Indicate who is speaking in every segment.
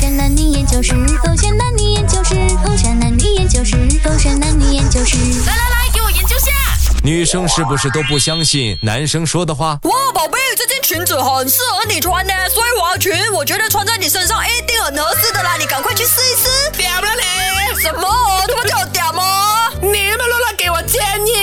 Speaker 1: 山男女研究室，风扇男女研究室，风扇男女研究室，风扇男女研究室。
Speaker 2: 来来来，给我研究下。
Speaker 3: 女生是不是都不相信男生说的话？
Speaker 4: 哇，宝贝，这件裙子很适合你穿呢，碎花裙，我觉得穿在你身上一定很合适的啦，你赶快去试一试。
Speaker 2: 屌了你！
Speaker 4: 什么？这么叫屌吗？
Speaker 2: 你们乱乱给我建议。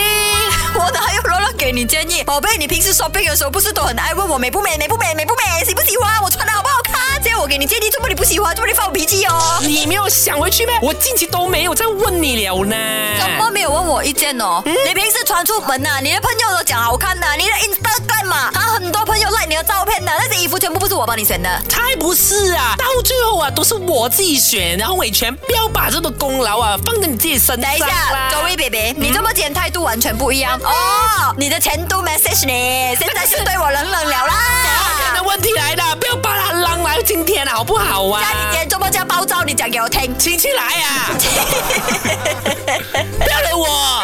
Speaker 4: 我哪有乱乱给你建议？宝贝，你平时 shopping 的时候不是都很爱问我美不美、美不美、美不美、喜不喜欢我穿的好不好看？这样我给你建议，这么你不喜欢，这么你发我脾气哦。
Speaker 2: 你没有想回去吗？我近期都没有再问你了呢。
Speaker 4: 怎么没有问我意见哦？
Speaker 2: 嗯
Speaker 4: 你平时穿出门啊呐、你的朋友都讲好看呐、你的 Instagram 嘛、啊，很多朋友 like 你的照片呐、那些衣服全部不是我帮你选的。
Speaker 2: 才不是啊！到最后啊，都是我自己选，然后伟全不要把这个功劳啊放在你自己身上
Speaker 4: 等一下，
Speaker 2: 啦。嗯
Speaker 4: 周薇 baby，你这么讲态度完全不一样哦。你的前度 message 你，现在是对我冷冷了
Speaker 2: 啊，
Speaker 4: 啦
Speaker 2: 的。问题来了，不要把它浪来今天了，好不好啊
Speaker 4: 那？你今天这么叫暴躁，你讲给我听。
Speaker 2: 亲戚来啊！不要惹我，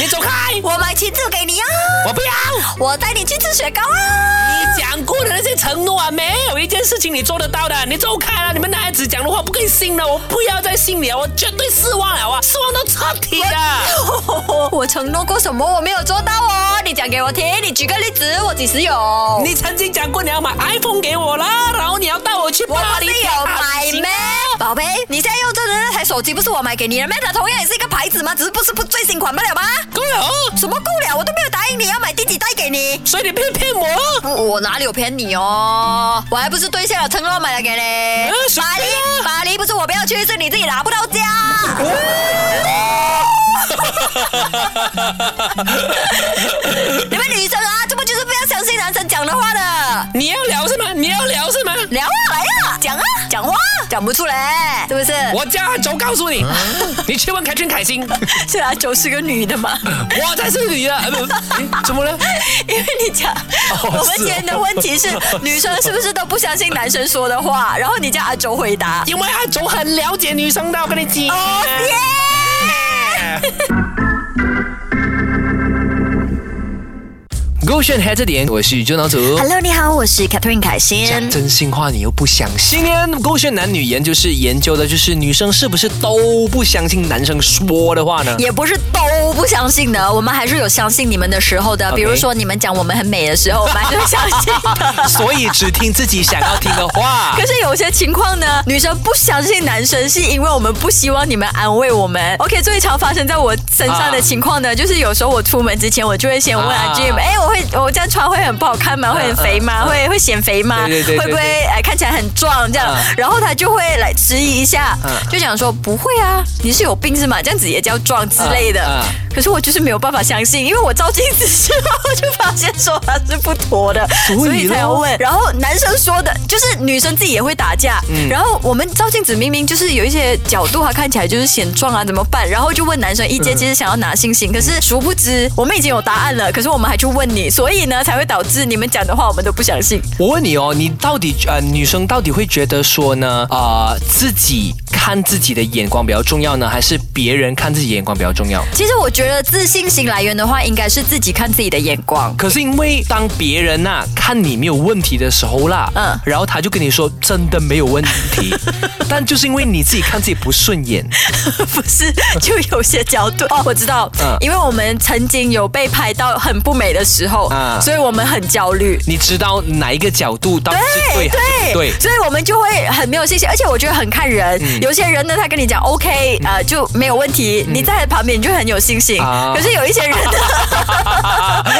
Speaker 2: 你走开，
Speaker 4: 我买亲自给你啊，
Speaker 2: 我不要。
Speaker 4: 我带你去吃雪糕啊。
Speaker 2: 你讲过的那些承诺啊，没有一件事情你做得到的。你走开啊了，你们男孩子讲的话不可以信了，我不要再信你了，我绝对失望了啊，失望到彻底了。
Speaker 4: 我承诺过什么我没有做到哦，你讲给我听，你举个例子，我几时有？
Speaker 2: 你曾经讲过你要买 iPhone 给我啦，然后你要带我去
Speaker 4: 我
Speaker 2: 巴
Speaker 4: 不
Speaker 2: 黎
Speaker 4: 是
Speaker 2: 铁
Speaker 4: 有
Speaker 2: 塔
Speaker 4: 买
Speaker 2: 行
Speaker 4: 咩
Speaker 2: 吗？
Speaker 4: 宝贝，你现在用这的那台手机不是我买给你的咩？它同样也是一个牌子嘛，只是不是不最新款不了吗？
Speaker 2: 够了哦，
Speaker 4: 什么够了，我都没有答应你要买第几代给你。
Speaker 2: 所以你骗骗我哦。
Speaker 4: 我我哪里有骗你哦？我还不是兑现了承诺买了给你。
Speaker 2: 啊什么
Speaker 4: 巴黎，巴黎不是我不要去，是你自己拿不到家。 你们女生啊，这不就是不要相信男生讲的话的？
Speaker 2: 你要聊是吗？你要聊是吗？
Speaker 4: 聊啊，来啊，讲啊，讲话，讲不出来，是不是？
Speaker 2: 我叫阿周告诉你，你去问凯俊凯欣，
Speaker 4: 虽然九是个女的嘛，
Speaker 2: 我才是你的。呃不诶怎么了？
Speaker 4: 因为你讲，
Speaker 2: 哦
Speaker 4: 我们
Speaker 2: 是
Speaker 4: 今天的问题是，
Speaker 2: 哦啊
Speaker 4: 女生是不是都不相信男生说的话？然后你叫阿周回答。
Speaker 2: 因为阿周很了解女生的，我跟你讲。
Speaker 4: 哦耶！
Speaker 2: 勾选黑着点，我是周脑组。
Speaker 4: Hello，你好，我是 Catherine 凯
Speaker 2: 哦讲
Speaker 4: 欣。
Speaker 2: 真心话，你又不相信。今天勾选男女研究是研究的就是女生是不是都不相信男生说的话呢？
Speaker 4: 也不是都不相信的，我们还是有相信你们的时候的。
Speaker 2: OK
Speaker 4: 比如说你们讲我们很美的时候，我们还是会相信的。
Speaker 2: 所以只听自己想要听的话
Speaker 4: 可。是有些情况呢，女生不相信男生，是因为我们不希望你们安慰我们。OK，最常发生在我身上的情况呢，就是有时候我出门之前，我就会先问阿
Speaker 2: 啊嗯
Speaker 4: Jim，哎、我会我这样穿会很不好看吗？会很肥吗？会会显肥吗？
Speaker 2: 对对对对
Speaker 4: 会不会
Speaker 2: 对
Speaker 4: 哎看起来很壮这样？
Speaker 2: 啊
Speaker 4: 然后他就会来迟疑一下，
Speaker 2: 嗯
Speaker 4: 就讲说不会啊，你是有病是吗？这样子也叫壮之类的。
Speaker 2: 啊啊
Speaker 4: 可是我就是没有办法相信，因为我照镜子之后就发现说他是不妥的，
Speaker 2: 所以
Speaker 4: 所以才要
Speaker 2: 咯
Speaker 4: 问。然后男生说的，就是女生自己也会打架。
Speaker 5: 嗯
Speaker 4: 然后我们照镜子，明明就是有一些角度啊，看起来就是显壮啊，怎么办？然后就问男生意见，其实想要拿星
Speaker 5: 嗯
Speaker 4: 星，可是殊不知我们已经有答案了，可是我们还去问你，所以呢才会导致你们讲的话我们都不相 信。
Speaker 5: 我问你哦，你到底呃，女生到底会觉得说呢，啊、自己看自己的眼光比较重要呢，还是别人看自己眼光比较重要？
Speaker 4: 其实我觉得自信心来源的话，应该是自己看自己的眼 光。
Speaker 5: 可是因为当别人呐、看你没有问题的时候啦，
Speaker 4: 嗯
Speaker 5: 嗯，然后他就跟你说真的没有问 题，但就是因为你自己看自己不顺眼，
Speaker 4: 不是，就有些角度哦，我知道，
Speaker 5: 嗯
Speaker 4: 因为我们曾经有被拍到很不美的时候，
Speaker 5: 啊
Speaker 4: 所以我们很焦虑。
Speaker 5: 你知道哪一个角度到底是对还是不对？嗯
Speaker 4: 所以我们就会很没有信心，而且我觉得很看人。有些人呢，他跟你讲 OK，呃，就没有问题，你在旁边你就很有信心。
Speaker 5: 啊
Speaker 4: 可是有一些人 呢，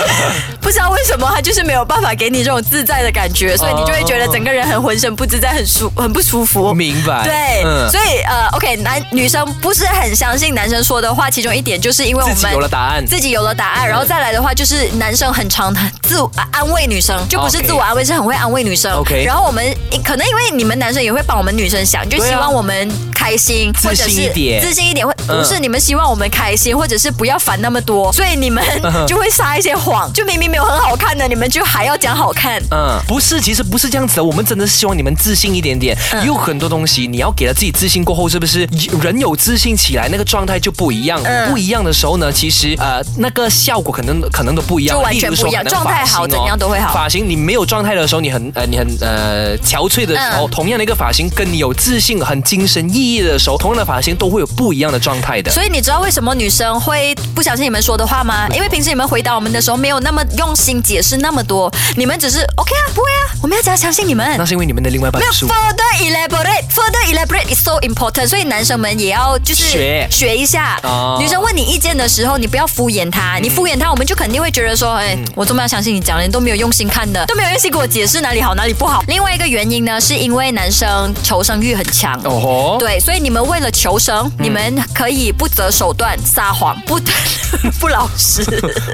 Speaker 4: 不知道为什么他就是没有办法给你这种自在的感觉，
Speaker 5: 哦
Speaker 4: 所以你就会觉得整个人很浑身不自在，很舒很不舒服。
Speaker 5: 我明白，
Speaker 4: 对，
Speaker 5: 嗯
Speaker 4: 所以呃，OK，男女生不是很相信男生说的话，其中一点就是因为我们
Speaker 5: 自己有了答案
Speaker 4: 自己有了答案，然后再来的话就是男生很常自我啊安慰女生，就不是
Speaker 5: 哦 OK
Speaker 4: 自我安慰，是很会安慰女生。
Speaker 5: OK
Speaker 4: 然后我们可能因为你们男生也会帮我们女生想，就
Speaker 5: 对啊
Speaker 4: 希望我们开心，
Speaker 5: 自信一点
Speaker 4: 自信一点，或不是
Speaker 5: 嗯嗯
Speaker 4: 你们希望我们开心，或者是不要烦那么多，所以你们就会撒一些谎，就明明没有。有很好看的，你们就还要讲好看。
Speaker 5: 嗯，不是，其实不是这样子的。我们真的是希望你们自信一点点。
Speaker 4: 嗯
Speaker 5: 有很多东西，你要给了自己自信过后，是不是人有自信起来，那个状态就不一样？
Speaker 4: 嗯
Speaker 5: 不一样的时候呢，其实呃，那个效果可能可能都不一样。
Speaker 4: 就完全
Speaker 5: 例如说
Speaker 4: 不一样
Speaker 5: 可能
Speaker 4: 状态好
Speaker 5: 发型哦
Speaker 4: 怎样都会好
Speaker 5: 发型你没有状态的时候，你很呃你很呃憔悴的时候，
Speaker 4: 嗯
Speaker 5: 同样的一个发型，跟你有自信、很精神奕奕的时候，同样的发型都会有不一样的状态的。
Speaker 4: 所以你知道为什么女生会不相信你们说的话吗？因为平时你们回答我们的时候没有那么用心解释那么多，你们只是 OK 啊，不会啊，我们要只要相信你们。
Speaker 5: 那是因为你们的另外一半
Speaker 4: 没有
Speaker 5: 啊是
Speaker 4: further elaborate, further elaborate is so important，所以男生们也要就是
Speaker 5: 学
Speaker 4: 学一下。
Speaker 5: 哦嗯
Speaker 4: 女生问你意见的时候，你不要敷衍她，你敷衍她，我们就肯定会觉得说，哎，我这么要相信你讲的，你都没有用心看的，都没有用心给我解释哪里好哪里不好。另外一个原因呢，是因为男生求生欲很强。
Speaker 5: 哦嗯吼，
Speaker 4: 对，所以你们为了求生，你们可以不择手段撒谎，不 不老实。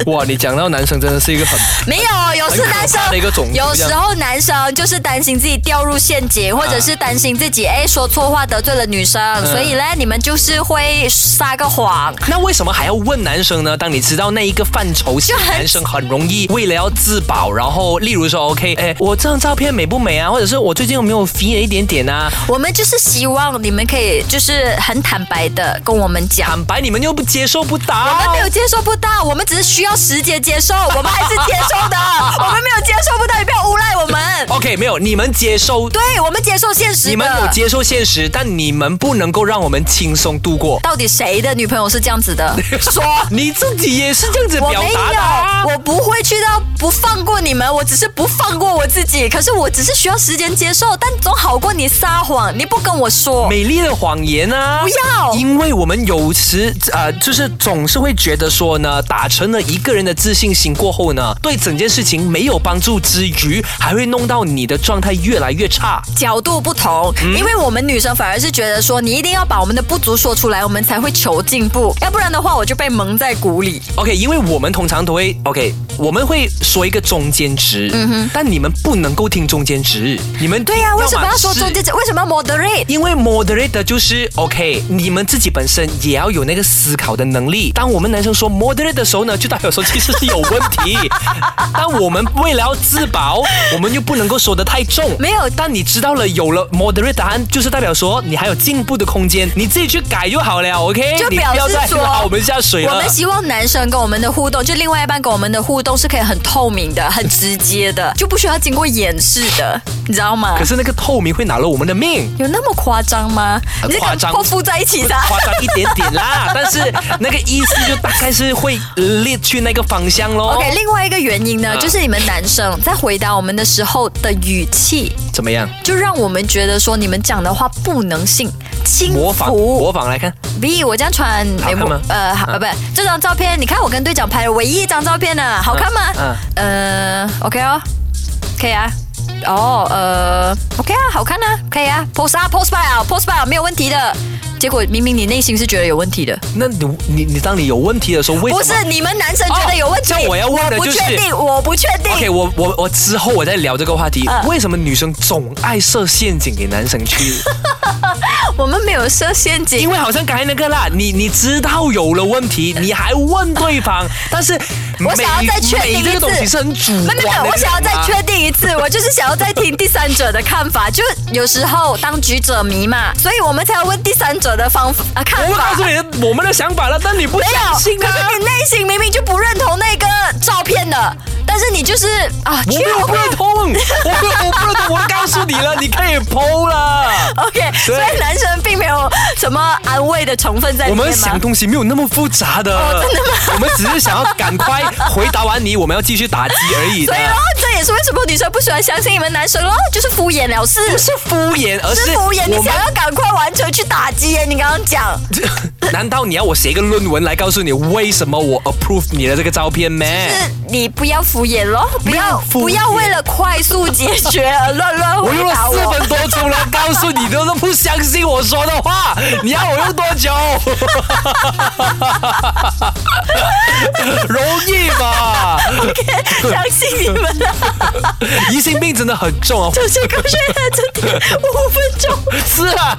Speaker 5: 哇，你讲到男生真的是一个很
Speaker 4: 没有，有时男生
Speaker 5: 很可怕哎的一个种族
Speaker 4: 有时候男生就是担心自己掉入陷阱，或者是担心自己
Speaker 5: 嗯
Speaker 4: 哎说错话得罪了女生，所以呢，你们就是会撒个谎。
Speaker 5: 那为什么还要问男生呢？当你知道那一个范畴，
Speaker 4: 就很
Speaker 5: 男生很容易为了要自保，然后例如说，OK，哎，我这张照片美不美啊？或者是我最近有没有肥了一点点啊？
Speaker 4: 我们就是希望你们可以就是很坦白的跟我们讲。
Speaker 5: 坦白，你们又不接受不
Speaker 4: 我们
Speaker 5: 到
Speaker 4: 没。有接受不到，我们只是需要时间接受，我们还是接受 的。我们没有接受不到，你不要诬赖我们。
Speaker 5: OK，没有，你们接受，
Speaker 4: 对，我们接受现实的。
Speaker 5: 你们有接受现实，但你们不能够让我们轻松度过。
Speaker 4: 到底谁的女朋友是这样子的？说。
Speaker 5: 你自己也是这样子
Speaker 4: 我
Speaker 5: 表
Speaker 4: 没
Speaker 5: 达的啊、
Speaker 4: 有，我不会去到不放过你们，我只是不放过我自己。可是我只是需要时间接受，但总好过你撒谎，你不跟我说。
Speaker 5: 美丽的谎言
Speaker 4: 哦
Speaker 5: 啊！
Speaker 4: 不要
Speaker 5: 因为我们有时呃，就是总是会觉得说呢，打成了一个人的自信心过后呢，对整件事情没有帮助之余，还会弄到你的状态越来越差。
Speaker 4: 角度不同，
Speaker 5: 嗯
Speaker 4: 因为我们女生反而是觉得说，你一定要把我们的不足说出来，我们才会求进步，要不然的话我就被蒙在鼓里。
Speaker 5: OK，因为我们通常都会 OK，我们会说一个中间值，嗯哼，但你们不能够听中间值，你们
Speaker 4: 对呀、为什么要说
Speaker 5: 是
Speaker 4: 中间值？为什么要 moderate？
Speaker 5: 因为 moderate 就是 OK，你们自己本身也要有那个思考的能力。当我们男生说 moderate 的时候呢，就代表说其实是有问 题。但我们为了要自保，我们又不能够说得太重。
Speaker 4: 没有
Speaker 5: 但你知道了，有了 moderate 答案，就是代表说你还有进步的空间，你自己去改就好了，OK？
Speaker 4: 就
Speaker 5: 你
Speaker 4: 表
Speaker 5: 不要
Speaker 4: 示
Speaker 5: 再
Speaker 4: 说
Speaker 5: 拉我们下水
Speaker 4: 我
Speaker 5: 了
Speaker 4: 们。希望男生跟我们的互动，就另外一半跟我们的互动是可以很透明的、很直接的，就不需要经过掩饰的，你知道吗？
Speaker 5: 可是那个透明会拿了我们的命。
Speaker 4: 有那么夸张吗？
Speaker 5: 很
Speaker 4: 你是
Speaker 5: 夸
Speaker 4: 跟
Speaker 5: 张
Speaker 4: 泼妇在一起 的？
Speaker 5: 夸张一点点啦，但是那个意思就大概是会呃列去那个方向 咯。
Speaker 4: OK，另外一个原因
Speaker 5: 嗯
Speaker 4: 呢，就是你们男生在回答我们的时候的语气，
Speaker 5: 怎么样？
Speaker 4: 就让我们觉得说你们讲的话不能信，轻
Speaker 5: 模仿
Speaker 4: 浮
Speaker 5: 模。仿来看，
Speaker 4: B，我这样穿，
Speaker 5: 好看吗啊
Speaker 4: 呃，好，不不，这张照片，你看我跟队长拍的唯一一张照片呢，好看吗？
Speaker 5: 嗯
Speaker 4: 呃，OK 哦，可以啊。哦，呃，OK 啊，好看啊，可以啊，pose 啊，pose 吧啊，pose 吧啊，没有问题的。结果明明你内心是觉得有问题的。
Speaker 5: 那你你你当你有问题的时候，为什么？
Speaker 4: 不是你们男生觉得有问题，
Speaker 5: 哦这我要问的
Speaker 4: 我
Speaker 5: 就是
Speaker 4: 不确定，我不确定。
Speaker 5: OK，我我我之后我再聊这个话题。
Speaker 4: 嗯
Speaker 5: 为什么女生总爱设陷阱给男生 去？
Speaker 4: 我们没有设陷阱
Speaker 5: 因，为好像刚才那个啦，你你知道有了问 题，你还问对方，但是
Speaker 4: 我想要再确定一次
Speaker 5: 美这个东西是很主
Speaker 4: 没
Speaker 5: 观
Speaker 4: 有
Speaker 5: 的。
Speaker 4: 没有，我想要再
Speaker 5: 定。
Speaker 4: 确定一次，我就是想要再听第三者的看法。就有时候当局者迷嘛，所以我们才要问第三者的方啊看
Speaker 5: 我们告
Speaker 4: 法
Speaker 5: 诉。你的我们的想法了，但你不
Speaker 4: 没有，
Speaker 5: 相
Speaker 4: 可是
Speaker 5: 信啊！
Speaker 4: 你内心明明就不认同那个照片的，但是你就是啊，
Speaker 5: 我没
Speaker 4: 去
Speaker 5: 有
Speaker 4: 好
Speaker 5: 不
Speaker 4: 吧
Speaker 5: 认同，我没有我不认同，我告诉你了，你可以剖了。
Speaker 4: OK，所以男生并没有什么安慰的成分在
Speaker 5: 我
Speaker 4: 里
Speaker 5: 们
Speaker 4: 面吗
Speaker 5: 想？东西没有那么复杂的，
Speaker 4: 哦
Speaker 5: 真的吗？ 我们只是想要赶快回答完你，我们要继续打击而已的
Speaker 4: 所以。哦，这也是为什么女生不喜欢相信你们男生喽，就是敷衍了事。
Speaker 5: 不是敷衍，而
Speaker 4: 是
Speaker 5: 是
Speaker 4: 敷衍，你
Speaker 5: 我
Speaker 4: 想要赶快完成去打击耶！你刚刚讲，
Speaker 5: 们。 难道你要我写一个论文来告诉你为什么我 approve 你的这个照片吗？
Speaker 4: 是你不要敷衍咯，不
Speaker 5: 没有
Speaker 4: 要
Speaker 5: 敷衍
Speaker 4: 不要为了快速解决而乱乱
Speaker 5: 我
Speaker 4: 回
Speaker 5: 用了
Speaker 4: 答
Speaker 5: 四
Speaker 4: 我。
Speaker 5: 分多钟来告诉你，都都不相信我说的 话，你要我用多久？容易吧？
Speaker 4: 相信你们了，
Speaker 5: 疑心病真的很重啊！
Speaker 4: 就是科学的这题五分钟。
Speaker 5: 是啊。